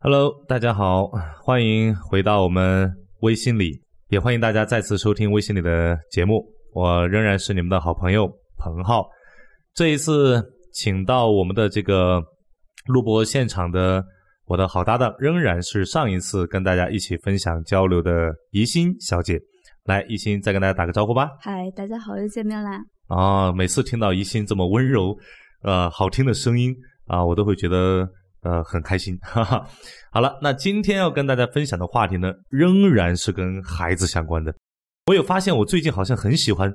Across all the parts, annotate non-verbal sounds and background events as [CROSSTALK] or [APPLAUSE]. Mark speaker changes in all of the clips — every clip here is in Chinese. Speaker 1: Hello，大家好，欢迎回到我们微心理，也欢迎大家再次收听微心理的节目。我仍然是你们的好朋友彭浩。这一次请到我们的这个录播现场的我的好搭档，仍然是上一次跟大家一起分享交流的宜心小姐。来，宜心再跟大家打个招呼吧。
Speaker 2: 嗨，大家好，又见面啦！
Speaker 1: 啊，每次听到宜心这么温柔、呃好听的声音啊，我都会觉得呃很开心。哈哈。好了，那今天要跟大家分享的话题呢，仍然是跟孩子相关的。我有发现，我最近好像很喜欢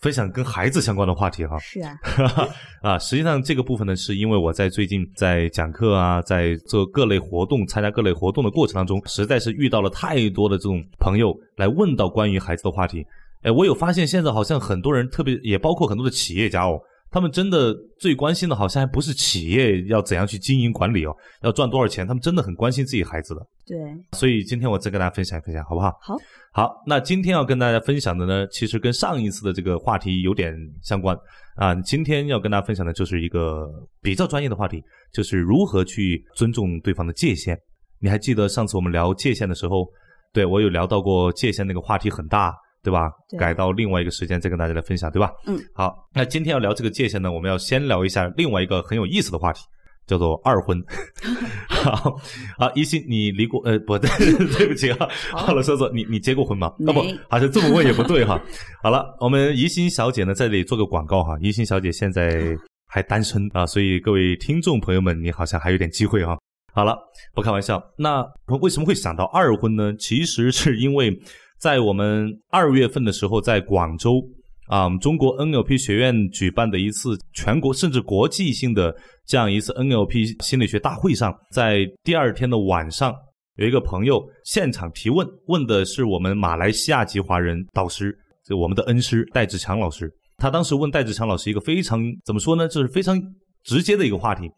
Speaker 1: 分享跟孩子相关的话题哈、
Speaker 2: 是啊，
Speaker 1: [LAUGHS] 啊，实际上这个部分呢，是因为我在最近在讲课啊，在做各类活动、参加各类活动的过程当中，实在是遇到了太多的这种朋友来问到关于孩子的话题。哎，我有发现，现在好像很多人，特别也包括很多的企业家哦，他们真的最关心的，好像还不是企业要怎样去经营管理哦，要赚多少钱，他们真的很关心自己孩子的。
Speaker 2: 对，
Speaker 1: 所以今天我再跟大家分享一分享，好不好？
Speaker 2: 好，
Speaker 1: 好，那今天要跟大家分享的呢，其实跟上一次的这个话题有点相关啊。今天要跟大家分享的就是一个比较专业的话题，就是如何去尊重对方的界限。你还记得上次我们聊界限的时候，对我有聊到过界限那个话题很大，对吧？
Speaker 2: 对
Speaker 1: 改到另外一个时间再跟大家来分享，对吧？
Speaker 2: 嗯。
Speaker 1: 好，那今天要聊这个界限呢，我们要先聊一下另外一个很有意思的话题。叫做二婚， [LAUGHS] 好啊，一心，你离过呃不 [LAUGHS] 对，对不起啊，好了，说说你你结过婚吗？啊不
Speaker 2: 没，
Speaker 1: 好像这么问也不对哈。 [LAUGHS] 好了，我们宜心小姐呢，在这里做个广告哈。宜心小姐现在还单身啊，所以各位听众朋友们，你好像还有点机会哈。好了，不开玩笑。那我为什么会想到二婚呢？其实是因为在我们二月份的时候，在广州啊，我们中国 NLP 学院举办的一次全国甚至国际性的这样一次 NLP 心理学大会上，在第二天的晚上，有一个朋友现场提问，问的是我们马来西亚籍华人导师，就我们的恩师戴志强老师。他当时问戴志强老师一个非常怎么说呢，就是非常直接的一个话题。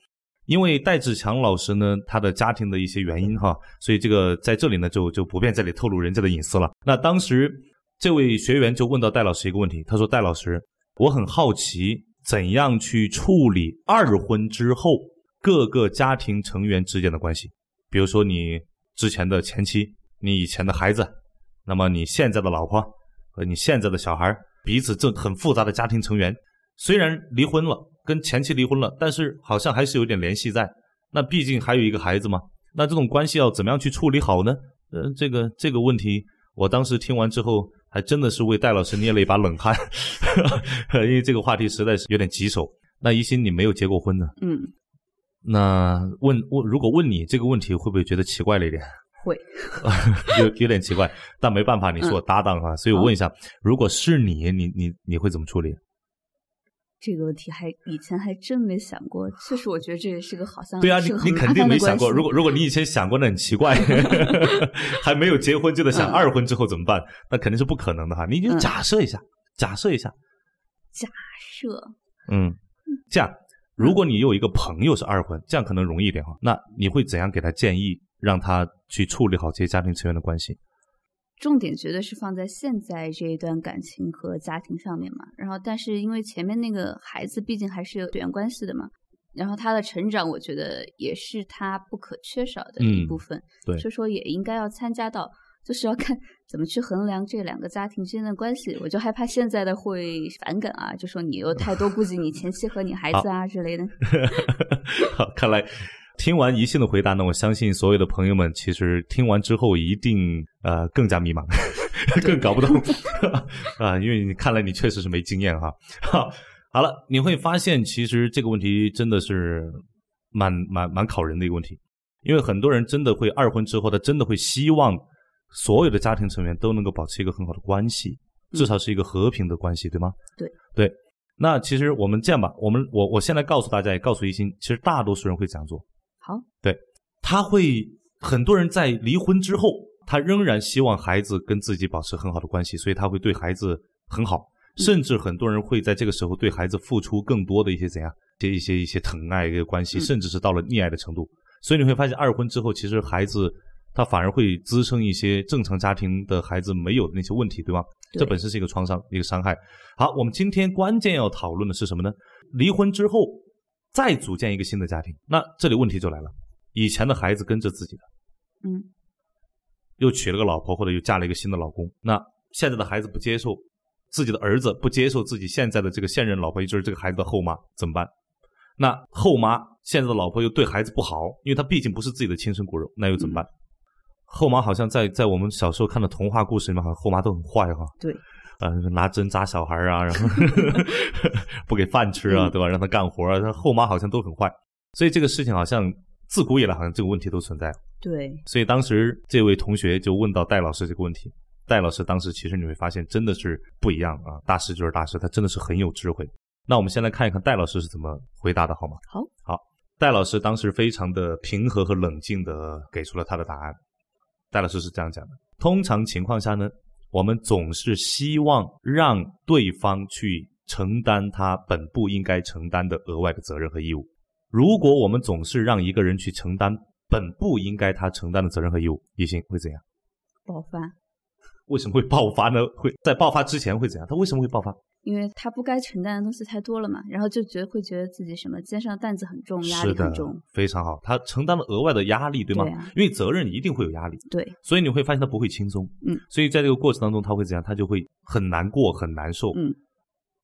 Speaker 1: 因为戴志强老师呢，他的家庭的一些原因哈，所以这个在这里呢就就不便在这里透露人家的隐私了。那当时这位学员就问到戴老师一个问题，他说：“戴老师，我很好奇怎样去处理二婚之后各个家庭成员之间的关系，比如说你之前的前妻，你以前的孩子，那么你现在的老婆和你现在的小孩儿，彼此这很复杂的家庭成员，虽然离婚了，跟前妻离婚了，但是好像还是有点联系在。那毕竟还有一个孩子嘛，那这种关系要怎么样去处理好呢？呃，这个这个问题，我当时听完之后，还真的是为戴老师捏了一把冷汗， [LAUGHS] 因为这个话题实在是有点棘手。那一心，你没有结过婚呢？
Speaker 2: 嗯，
Speaker 1: 那问问，如果问你这个问题，会不会觉得奇怪了一点？
Speaker 2: 会，
Speaker 1: [LAUGHS]
Speaker 2: 嗯
Speaker 1: 有有点奇怪， [LAUGHS] 但没办法，你是我搭档啊，所以我问一下，如果是你，你你你会怎么处理？
Speaker 2: 这个问题还以前还真没想过，确实我觉得这也是个好像
Speaker 1: 对啊，
Speaker 2: 嗯是
Speaker 1: 你
Speaker 2: 个很
Speaker 1: 你
Speaker 2: 麻
Speaker 1: 肯
Speaker 2: 烦
Speaker 1: 定
Speaker 2: 的
Speaker 1: 没想
Speaker 2: 关
Speaker 1: 过，
Speaker 2: 系
Speaker 1: 如果如果你以前想过，那很奇
Speaker 2: [LAUGHS]
Speaker 1: 怪， [LAUGHS] 还没有结婚就在想
Speaker 2: 嗯
Speaker 1: 二婚之后怎么办，那肯定是不可能的哈。你就
Speaker 2: 嗯
Speaker 1: 假设一下，假设一下，
Speaker 2: 设
Speaker 1: 嗯，这样，如果你有一个朋友是二婚，这样可能容易一点哈。那你会怎样给他建议，让他去处理好这些家庭成员的关系？
Speaker 2: 重点绝对是放在现在这一段感情和家庭上面嘛。然后，但是因为前面那个孩子毕竟还是有血缘关系的嘛，然后他的成长，我觉得也是他不可缺少的一
Speaker 1: 嗯
Speaker 2: 部分。
Speaker 1: 对
Speaker 2: 所以说也应该要参加到，就是要看怎么去衡量这两个家庭之间的关系。我就害怕现在的会反感啊，就说你又太多顾及你前妻和你孩子啊之类的。
Speaker 1: [LAUGHS] 好，看来听完宜信的回答呢，我相信所有的朋友们其实听完之后一定呃更加迷茫， [LAUGHS] 更搞不懂 [LAUGHS] 啊、因为你看来你确实是没经验哈。好，好了，你会发现其实这个问题真的是蛮蛮蛮考人的一个问题，因为很多人真的会二婚之后，他真的会希望所有的家庭成员都能够保持一个很好的关系，至少是一个和平的关系，对吗？
Speaker 2: 对
Speaker 1: 对。那其实我们这样吧，我们我我现在告诉大家，也告诉一心，其实大多数人会这样做。
Speaker 2: 好，
Speaker 1: 他会很多人在离婚之后，他仍然希望孩子跟自己保持很好的关系，所以他会对孩子很好，甚至很多人会在这个时候对孩子付出更多的一些怎样，一些一些一些疼爱一个关系，
Speaker 2: 嗯
Speaker 1: 甚至是到了溺爱的程度。所以你会发现，二婚之后，其实孩子他反而会滋生一些正常家庭的孩子没有的那些问题，对吗？
Speaker 2: 对
Speaker 1: 这本身是一个创伤，一个伤害。好，我们今天关键要讨论的是什么呢？离婚之后再组建一个新的家庭，那这里问题就来了：以前的孩子跟着自己的，
Speaker 2: 嗯，
Speaker 1: 又娶了个老婆或者又嫁了一个新的老公，那现在的孩子不接受自己的儿子不接受自己现在的这个现任老婆，也就是这个孩子的后妈，怎么办？那后妈现在的老婆又对孩子不好，因为她毕竟不是自己的亲生骨肉，那又怎么
Speaker 2: 嗯
Speaker 1: 办？后妈好像在在我们小时候看的童话故事里面，好像后妈都很坏哈、
Speaker 2: 对，
Speaker 1: 呃，拿针扎小孩啊，
Speaker 2: [LAUGHS]
Speaker 1: 然后不给饭吃啊，
Speaker 2: 嗯
Speaker 1: 对吧？让他干活啊，他后妈好像都很坏，所以这个事情好像自古以来好像这个问题都存在。
Speaker 2: 对，
Speaker 1: 所以当时这位同学就问到戴老师这个问题，戴老师当时其实你会发现真的是不一样啊，大师就是大师，他真的是很有智慧。那我们先来看一看戴老师是怎么回答的，好吗？
Speaker 2: 好，
Speaker 1: 好，戴老师当时非常的平和和冷静的给出了他的答案。戴老师是这样讲的：通常情况下呢，我们总是希望让对方去承担他本不应该承担的额外的责任和义务。如果我们总是让一个人去承担本不应该他承担的责任和义务，一心会怎样？
Speaker 2: 爆发，
Speaker 1: 为什么会爆发呢？会在爆发之前会怎样？他为什么会爆发？
Speaker 2: 因为他不该承担的东西太多了嘛，然后就觉得会觉得自己什么肩上担子很重，压
Speaker 1: 是
Speaker 2: 力
Speaker 1: 的
Speaker 2: 很重，，
Speaker 1: 非常好，他承担了额外的压力，对吗？
Speaker 2: 对啊
Speaker 1: 因为责任一定会有压力，
Speaker 2: 对，
Speaker 1: 所以你会发现他不会轻松。
Speaker 2: 嗯，
Speaker 1: 所以在这个过程当中，他会怎样？他就会很难过，很难受。
Speaker 2: 嗯，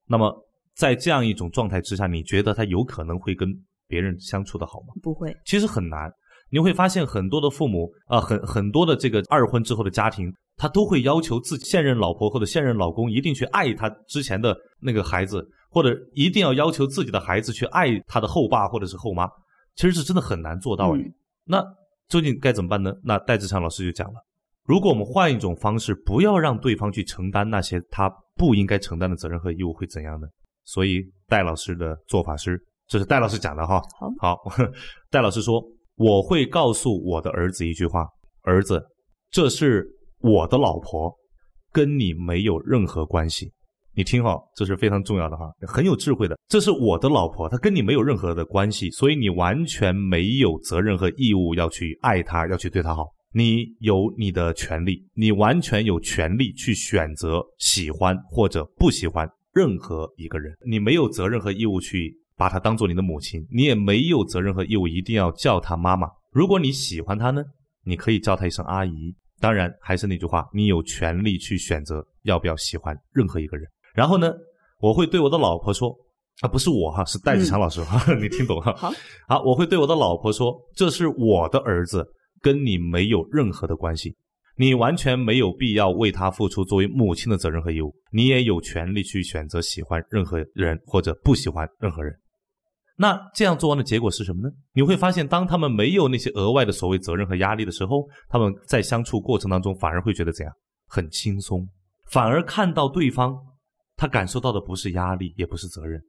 Speaker 1: 那么在这样一种状态之下，你觉得他有可能会跟别人相处的好吗？
Speaker 2: 不会，
Speaker 1: 其实很难。你会发现很多的父母啊、很很多的这个二婚之后的家庭，他都会要求自己现任老婆或者现任老公一定去爱他之前的那个孩子，或者一定要要求自己的孩子去爱他的后爸或者是后妈，其实是真的很难做到的。
Speaker 2: 嗯
Speaker 1: 那究竟该怎么办呢？那戴志强老师就讲了，如果我们换一种方式，不要让对方去承担那些他不应该承担的责任和义务，会怎样呢？所以戴老师的做法是，这是戴老师讲的哈。
Speaker 2: 好
Speaker 1: 好， [LAUGHS] 戴老师说，我会告诉我的儿子一句话：儿子，这是我的老婆，跟你没有任何关系。你听好，这是非常重要的哈，很有智慧的。这是我的老婆，她跟你没有任何的关系，所以你完全没有责任和义务要去爱她，要去对她好。你有你的权利，你完全有权利去选择喜欢或者不喜欢任何一个人。你没有责任和义务去把她当做你的母亲，你也没有责任和义务一定要叫她妈妈。如果你喜欢她呢，你可以叫她一声阿姨。当然，还是那句话，你有权利去选择要不要喜欢任何一个人。然后呢，我会对我的老婆说，啊，不是我哈，是戴志强老师哈， [LAUGHS] 你听懂哈？
Speaker 2: 好，
Speaker 1: 好，我会对我的老婆说，这是我的儿子，跟你没有任何的关系，你完全没有必要为他付出作为母亲的责任和义务，你也有权利去选择喜欢任何人或者不喜欢任何人。那这样做完的结果是什么呢？你会发现，当他们没有那些额外的所谓责任和压力的时候，他们在相处过程当中反而会觉得怎样？很轻松，反而看到对方，他感受到的不是压力，也不是责任，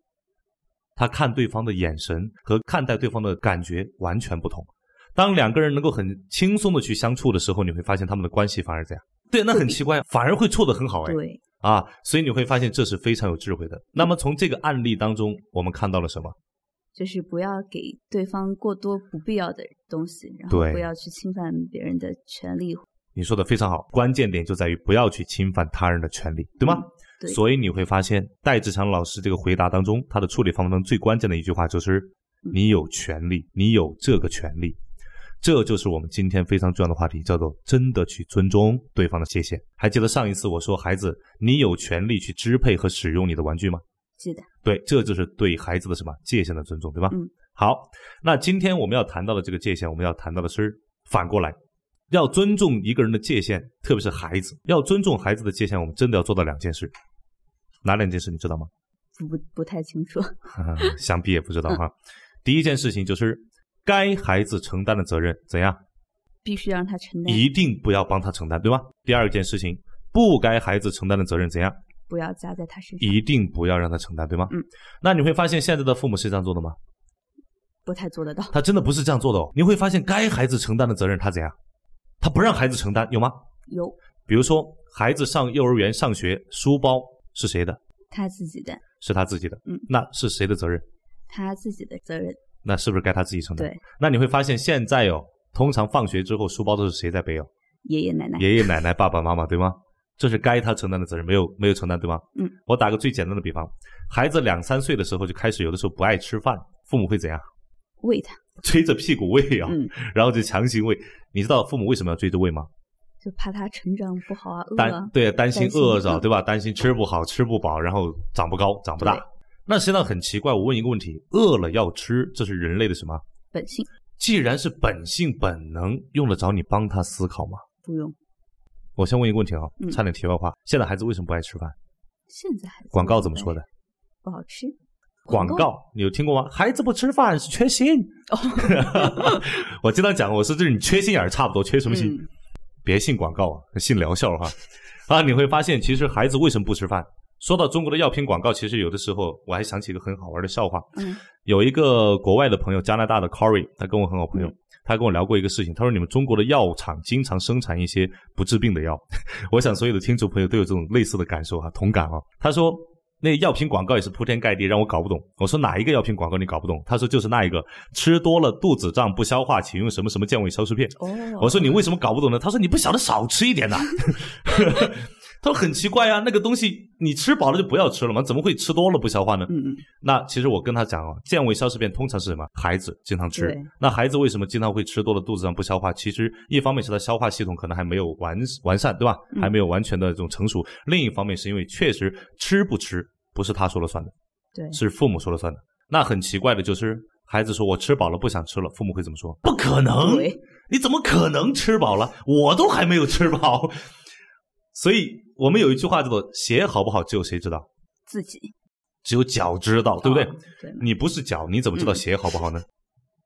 Speaker 1: 他看对方的眼神和看待对方的感觉完全不同。当两个人能够很轻松的去相处的时候，你会发现他们的关系反而怎样？对，那很奇怪，反而会处得很好哎。
Speaker 2: 对，
Speaker 1: 啊，所以你会发现这是非常有智慧的。那么从这个案例当中，我们看到了什么？
Speaker 2: 就是不要给对方过多不必要的东西，然后
Speaker 1: 对
Speaker 2: 不要去侵犯别人的权利，
Speaker 1: 你说的非常好，关键点就在于不要去侵犯他人的权利，对吗？
Speaker 2: 嗯对
Speaker 1: 所以你会发现，戴志强老师这个回答当中，他的处理方法当中最关键的一句话就是：
Speaker 2: 嗯
Speaker 1: 你有权利，你有这个权利。这就是我们今天非常重要的话题，叫做真的去尊重对方的界限。还记得上一次我说，孩子，你有权利去支配和使用你的玩具吗？
Speaker 2: 记得，
Speaker 1: 对，这就是对孩子的什么界限的尊重，对吧？
Speaker 2: 嗯。
Speaker 1: 好，那今天我们要谈到的这个界限，我们要谈到的是反过来，要尊重一个人的界限，特别是孩子，要尊重孩子的界限，我们真的要做到两件事。哪两件事你知道吗？
Speaker 2: 不不不太清楚。
Speaker 1: [LAUGHS] 想必也不知道哈。第一件事情就是，该孩子承担的责任怎样，
Speaker 2: 必须让他承担，
Speaker 1: 一定不要帮他承担，对吧？第二件事情，不该孩子承担的责任怎样，
Speaker 2: 不要加在他身上，
Speaker 1: 一定不要让他承担，对吗？
Speaker 2: 嗯。
Speaker 1: 那你会发现现在的父母是这样做的吗？
Speaker 2: 不太做得到。
Speaker 1: 他真的不是这样做的哦。你会发现，该孩子承担的责任，他怎样？他不让孩子承担，有吗？
Speaker 2: 有
Speaker 1: 比如说，孩子上幼儿园上学，书包是谁的？
Speaker 2: 他自己的，
Speaker 1: 是他自己的。
Speaker 2: 嗯
Speaker 1: 那是谁的责任？
Speaker 2: 他自己的责任，
Speaker 1: 那是不是该他自己承担？
Speaker 2: 对。
Speaker 1: 那你会发现，现在哦，通常放学之后，书包都是谁在
Speaker 2: [LAUGHS]
Speaker 1: 背哦？
Speaker 2: 爷爷奶奶
Speaker 1: 爷爷奶奶、爸爸妈妈，对吗？这是该他承担的责任，没有没有承担，对吗？
Speaker 2: 嗯。
Speaker 1: 我打个最简单的比方，孩子两三岁的时候就开始有的时候不爱吃饭，父母会怎样？ [LAUGHS]
Speaker 2: 喂他，
Speaker 1: 追着屁股喂啊，
Speaker 2: 嗯，
Speaker 1: 然后就强行喂。你知道父母为什么要追着喂吗？
Speaker 2: 就怕他成长不好啊，饿
Speaker 1: 担
Speaker 2: 啊，
Speaker 1: 对担心
Speaker 2: 担心
Speaker 1: 饿着，
Speaker 2: 嗯
Speaker 1: 对吧？担心吃不好，吃不饱，然后长不高，长不大
Speaker 2: 对。
Speaker 1: 那现在很奇怪，我问一个问题：饿了要吃，这是人类的什么？
Speaker 2: 本性
Speaker 1: 既然是本性本能，用得着你帮他思考吗？
Speaker 2: 不用。
Speaker 1: 我先问一个问题啊
Speaker 2: 嗯，
Speaker 1: 差点题外话。现在孩子为什么不爱吃饭？
Speaker 2: 现在孩子
Speaker 1: 广告怎么说的？
Speaker 2: 不好吃，
Speaker 1: 广
Speaker 2: 嗯告
Speaker 1: 告你有听过吗？孩子不吃饭是缺心。 [LAUGHS] 我经常讲，我说这是你缺心眼儿差不多，缺什么心？
Speaker 2: 哦嗯
Speaker 1: 别信广告啊，信疗效哈、啊。你会发现，其实孩子为什么不吃饭？说到中国的药品广告，其实有的时候我还想起一个很好玩的笑话。
Speaker 2: 嗯
Speaker 1: 有一个国外的朋友，加拿大的 Corey，他跟我很好朋友，他跟我聊过一个事情，他说你们中国的药厂经常生产一些不治病的药。 [LAUGHS] 我想所有的听众朋友都有这种类似的感受啊，同感啊。他说。那药品广告也是铺天盖地，让我搞不懂。我说哪一个药品广告你搞不懂？他说就是那一个，吃多了肚子胀不消化，请用什么什么健胃消食片。
Speaker 2: 哦，
Speaker 1: 我说你为什么搞不懂呢？他说你不晓得少吃一点
Speaker 2: [LAUGHS]
Speaker 1: 呐、 [LAUGHS] 他说很奇怪啊，那个东西你吃饱了就不要吃了嘛，怎么会吃多了不消化呢？
Speaker 2: 嗯嗯
Speaker 1: 那其实我跟他讲哦，健胃消食片通常是什么？孩子经常吃
Speaker 2: 对。
Speaker 1: 那孩子为什么经常会吃多了肚子上不消化？其实一方面是他消化系统可能还没有完完善，对吧？
Speaker 2: 嗯
Speaker 1: 还没有完全的这种成熟。另一方面是因为确实吃不吃不是他说了算的，
Speaker 2: 对，
Speaker 1: 是父母说了算的。那很奇怪的就是，孩子说我吃饱了不想吃了，父母会怎么说？不可能，
Speaker 2: 对
Speaker 1: 你怎么可能吃饱了？我都还没有吃饱。所以我们有一句话叫做“鞋好不好，只有谁知道，
Speaker 2: 自己
Speaker 1: 只有脚知道”，对不对？
Speaker 2: 哦对
Speaker 1: 你不是脚，你怎么知道
Speaker 2: 嗯
Speaker 1: 鞋好不好呢？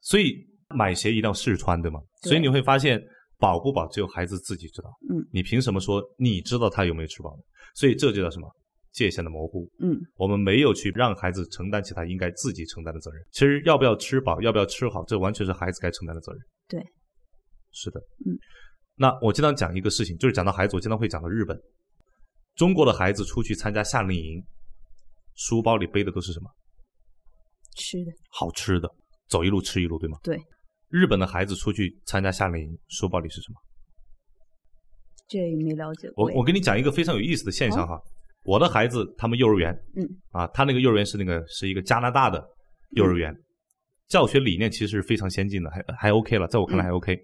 Speaker 1: 所以买鞋一定要试穿，对吗？
Speaker 2: 对
Speaker 1: 所以你会发现，饱不饱只有孩子自己知道。
Speaker 2: 嗯，
Speaker 1: 你凭什么说你知道他有没有吃饱呢？所以这就叫什么？界限的模糊。
Speaker 2: 嗯
Speaker 1: 我们没有去让孩子承担起他应该自己承担的责任。其实要不要吃饱，要不要吃好，这完全是孩子该承担的责任。
Speaker 2: 对，
Speaker 1: 是的，
Speaker 2: 嗯。
Speaker 1: 那我经常讲一个事情，就是讲到孩子，我经常会讲到日本，中国的孩子出去参加夏令营，书包里背的都是什么？
Speaker 2: 吃的
Speaker 1: 好吃的，走一路吃一路，对吗？
Speaker 2: 对。
Speaker 1: 日本的孩子出去参加夏令营，书包里是什么？
Speaker 2: 这没了解过
Speaker 1: 我
Speaker 2: 耶，
Speaker 1: 我跟你讲一个非常有意思的现象哈，我的孩子他们幼儿园，
Speaker 2: 嗯，
Speaker 1: 啊，他那个幼儿园是那个是一个加拿大的幼儿园，教学理念其实是非常先进的，还还 OK 了，在我看来还 OK。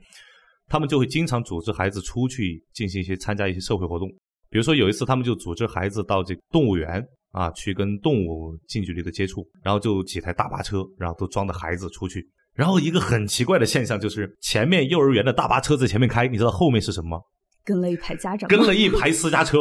Speaker 1: 他们就会经常组织孩子出去进行一些参加一些社会活动，比如说有一次他们就组织孩子到这个动物园啊，去跟动物近距离的接触，然后就几台大巴车，然后都装着孩子出去。然后一个很奇怪的现象就是，前面幼儿园的大巴车在前面开，你知道后面是什么吗？
Speaker 2: 跟了一排家长，
Speaker 1: 跟了一排私家车，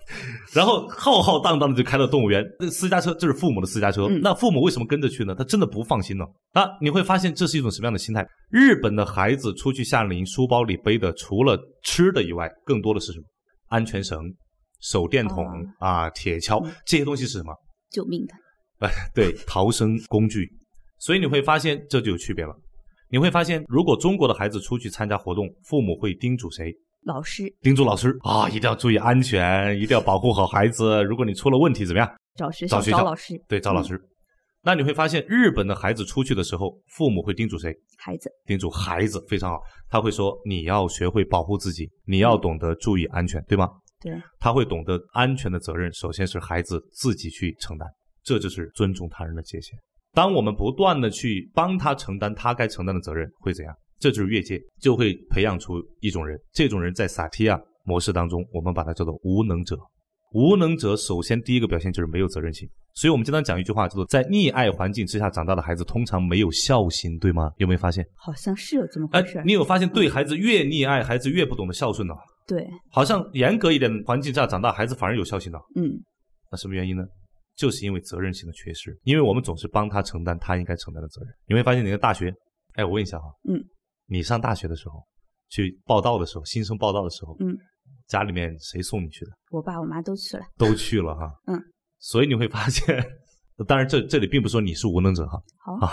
Speaker 1: [LAUGHS] 然后浩浩荡荡的就开到动物园。那私家车，这是父母的私家车。
Speaker 2: 嗯
Speaker 1: 那父母为什么跟着去呢？他真的不放心呢。啊，你会发现这是一种什么样的心态？日本的孩子出去夏令营，书包里背的除了吃的以外，更多的是什么？安全绳、手电筒啊、铁锹
Speaker 2: 哦嗯
Speaker 1: 这些东西是什么？
Speaker 2: 救命的，
Speaker 1: 对，逃生工具。所以你会发现这就有区别了。你会发现，如果中国的孩子出去参加活动，父母会叮嘱谁？
Speaker 2: 老师
Speaker 1: 叮嘱老师啊，一定要注意安全，一定要保护好孩子。如果你出了问题，怎么样？
Speaker 2: 找学
Speaker 1: 找
Speaker 2: 校
Speaker 1: 学校
Speaker 2: 找老师，
Speaker 1: 对，赵老师。那你会发现，日本的孩子出去的时候，父母会叮嘱谁？
Speaker 2: 孩子
Speaker 1: 叮嘱孩子，非常好。他会说：“你要学会保护自己，你要懂得注意安全，对吗
Speaker 2: 对？”
Speaker 1: 他会懂得安全的责任，首先是孩子自己去承担，这就是尊重他人的界限。当我们不断的去帮他承担他该承担的责任，会怎样？这就是越界，就会培养出一种人。这种人在萨提亚模式当中，我们把它叫做无能者。无能者首先第一个表现就是没有责任心，所以我们经常讲一句话，叫做在溺爱环境之下长大的孩子通常没有孝心，对吗？有没有发现？
Speaker 2: 好像是有这么
Speaker 1: 哎、
Speaker 2: 回事儿，
Speaker 1: 你有发现对孩子越溺爱，孩子越不懂得孝顺呢、
Speaker 2: 对，
Speaker 1: 好像严格一点的环境下长大，孩子反而有孝心呢、
Speaker 2: 嗯，
Speaker 1: 那什么原因呢？就是因为责任心的缺失，因为我们总是帮他承担他应该承担的责任。你会发现，你的大学，哎，我问一下哈，
Speaker 2: 嗯，
Speaker 1: 你上大学的时候，去报道的时候，新生报道的时候，
Speaker 2: 嗯，
Speaker 1: 家里面谁送你去的？
Speaker 2: 我爸我妈都去了，
Speaker 1: 都去了哈，
Speaker 2: 嗯，
Speaker 1: 所以你会发现， [LAUGHS] 当然这这里并不是说你是无能者哈，
Speaker 2: [LAUGHS] 好，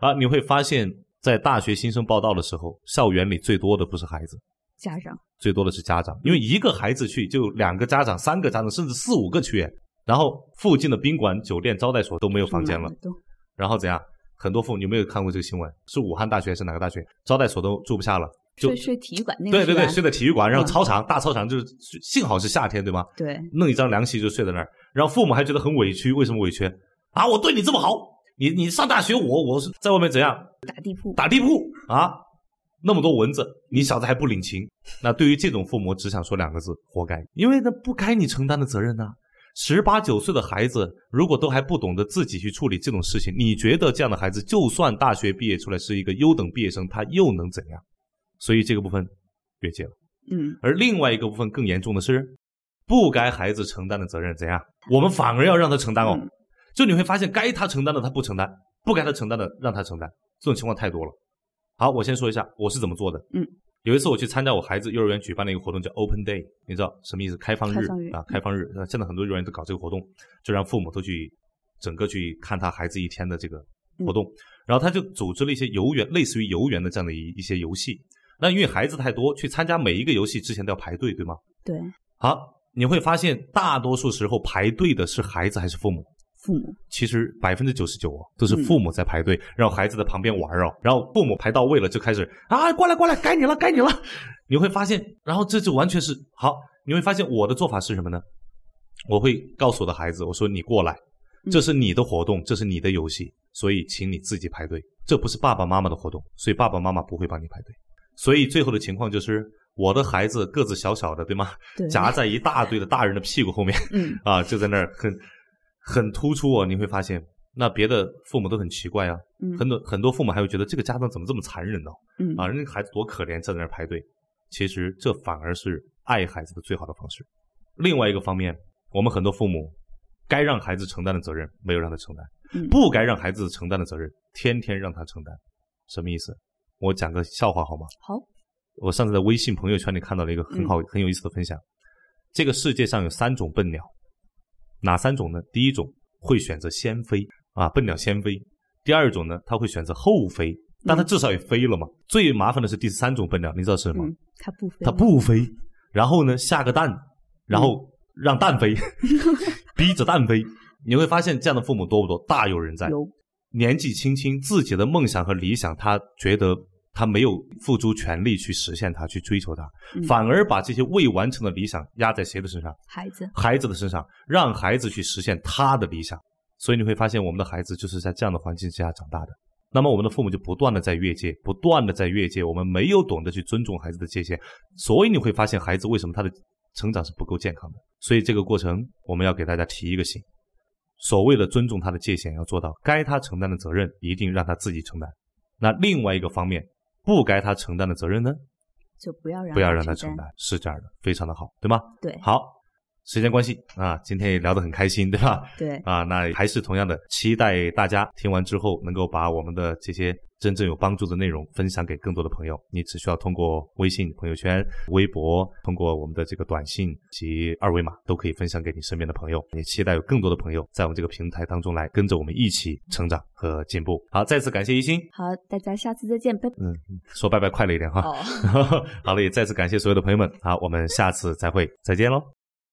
Speaker 1: 啊，你会发现在大学新生报道的时候，校园里最多的不是孩子，
Speaker 2: 家长
Speaker 1: 最多的是家长，因为一个孩子去就两个家长、三个家长，甚至四五个去，然后附近的宾馆、酒店、招待所都没有房间了
Speaker 2: 满，都
Speaker 1: 然后怎样？很多父母你有没有看过这个新闻？是武汉大学还是哪个大学？招待所都住不下了，就
Speaker 2: 睡睡体育馆那个
Speaker 1: 对对
Speaker 2: 是吧
Speaker 1: 对，睡在体育馆，然后
Speaker 2: 嗯
Speaker 1: 操场、大操场就是，幸好是夏天对吗？
Speaker 2: 对
Speaker 1: 弄一张凉席就睡在那儿，然后父母还觉得很委屈，为什么委屈？啊，我对你这么好，你你上大学我，我是在外面怎样
Speaker 2: 打地铺，
Speaker 1: 打地铺啊？那么多蚊子，你小子还不领情？那对于这种父母，只想说两个字：活该。因为那不该你承担的责任呢、十八九岁的孩子，如果都还不懂得自己去处理这种事情，你觉得这样的孩子，就算大学毕业出来是一个优等毕业生，他又能怎样？所以这个部分越界了。
Speaker 2: 嗯，
Speaker 1: 而另外一个部分更严重的是，不该孩子承担的责任怎样？我们反而要让他承担哦。
Speaker 2: 嗯
Speaker 1: 就你会发现，该他承担的他不承担，不该他承担的让他承担，这种情况太多了。好，我先说一下我是怎么做的。
Speaker 2: 嗯，
Speaker 1: 有一次我去参加我孩子幼儿园举办的一个活动，叫 Open Day，你知道什么意思？开放日
Speaker 2: 开放日嗯
Speaker 1: 啊，开放日。那现在很多幼儿园都搞这个活动，就让父母都去整个去看他孩子一天的这个
Speaker 2: 嗯
Speaker 1: 活动。然后他就组织了一些游园，类似于游园的这样的一一些游戏。那因为孩子太多，去参加每一个游戏之前都要排队，对吗？
Speaker 2: 对，
Speaker 1: 好，你会发现大多数时候排队的是孩子还是父母？
Speaker 2: 父母
Speaker 1: 其实百分之九十九都是父母在排队，让孩子在旁边玩哦，然后父母排到位了就开始啊，过来过来，该你了，该你了。你会发现，然后这就完全是好。你会发现我的做法是什么呢？我会告诉我的孩子，我说你过来，这是你的活动，这是你的游戏，所以请你自己排队，这不是爸爸妈妈的活动，所以爸爸妈妈不会帮你排队。所以最后的情况就是，我的孩子个子小小的，对吗？
Speaker 2: 对，
Speaker 1: 夹在一大堆的大人的屁股后面，
Speaker 2: 嗯
Speaker 1: 啊，就在那儿很很突出哦。你会发现，那别的父母都很奇怪啊，
Speaker 2: 嗯
Speaker 1: 很多很多父母还会觉得这个家长怎么这么残忍呢、
Speaker 2: 嗯
Speaker 1: 啊，人家孩子多可怜，站在那儿排队。其实这反而是爱孩子的最好的方式。另外一个方面，我们很多父母该让孩子承担的责任没有让他承担，
Speaker 2: 嗯
Speaker 1: 不该让孩子承担的责任天天让他承担，什么意思？我讲个笑话好吗？
Speaker 2: 好，
Speaker 1: 我上次在微信朋友圈里看到了一个很好、很有意思的分享。这个世界上有三种笨鸟，哪三种呢？第一种会选择先飞啊，笨鸟先飞；第二种呢，它会选择后飞，但它至少也飞了嘛。最麻烦的是第三种笨鸟，你知道是什么？
Speaker 2: 嗯，他不分，
Speaker 1: 它不飞，然后呢下个蛋，然后让蛋飞，逼着蛋飞。你会发现这样的父母多不多？大有人在。
Speaker 2: 有，
Speaker 1: 年纪轻轻，自己的梦想和理想，他觉得他没有付诸全力去实现它，去追求它，
Speaker 2: 嗯
Speaker 1: 反而把这些未完成的理想压在谁的身上？
Speaker 2: 孩子，
Speaker 1: 孩子的身上，让孩子去实现他的理想。所以你会发现，我们的孩子就是在这样的环境之下长大的。那么我们的父母就不断的在越界，不断的在越界，我们没有懂得去尊重孩子的界限，所以你会发现孩子为什么他的成长是不够健康的。所以这个过程，我们要给大家提一个醒：所谓的尊重他的界限，要做到该他承担的责任一定让他自己承担。那另外一个方面，不该他承担的责任呢，
Speaker 2: 就不要让
Speaker 1: 不要让他承担，啊是这样的，非常的好，对吗？
Speaker 2: 对
Speaker 1: 好，时间关系啊，今天也聊得很开心，对吧？ [LAUGHS]
Speaker 2: 对，
Speaker 1: 啊，那还是同样的，期待大家听完之后能够把我们的这些真正有帮助的内容分享给更多的朋友。你只需要通过微信朋友圈、微博，通过我们的这个短信及二维码，都可以分享给你身边的朋友。也期待有更多的朋友在我们这个平台当中来跟着我们一起成长和进步。好，再次感谢一心，
Speaker 2: 好，大家下次再见，拜拜。
Speaker 1: 说拜拜快了一点哈。 [LAUGHS]
Speaker 2: 哦
Speaker 1: 好了，也再次感谢所有的朋友们，好，我们下次再会，再见喽。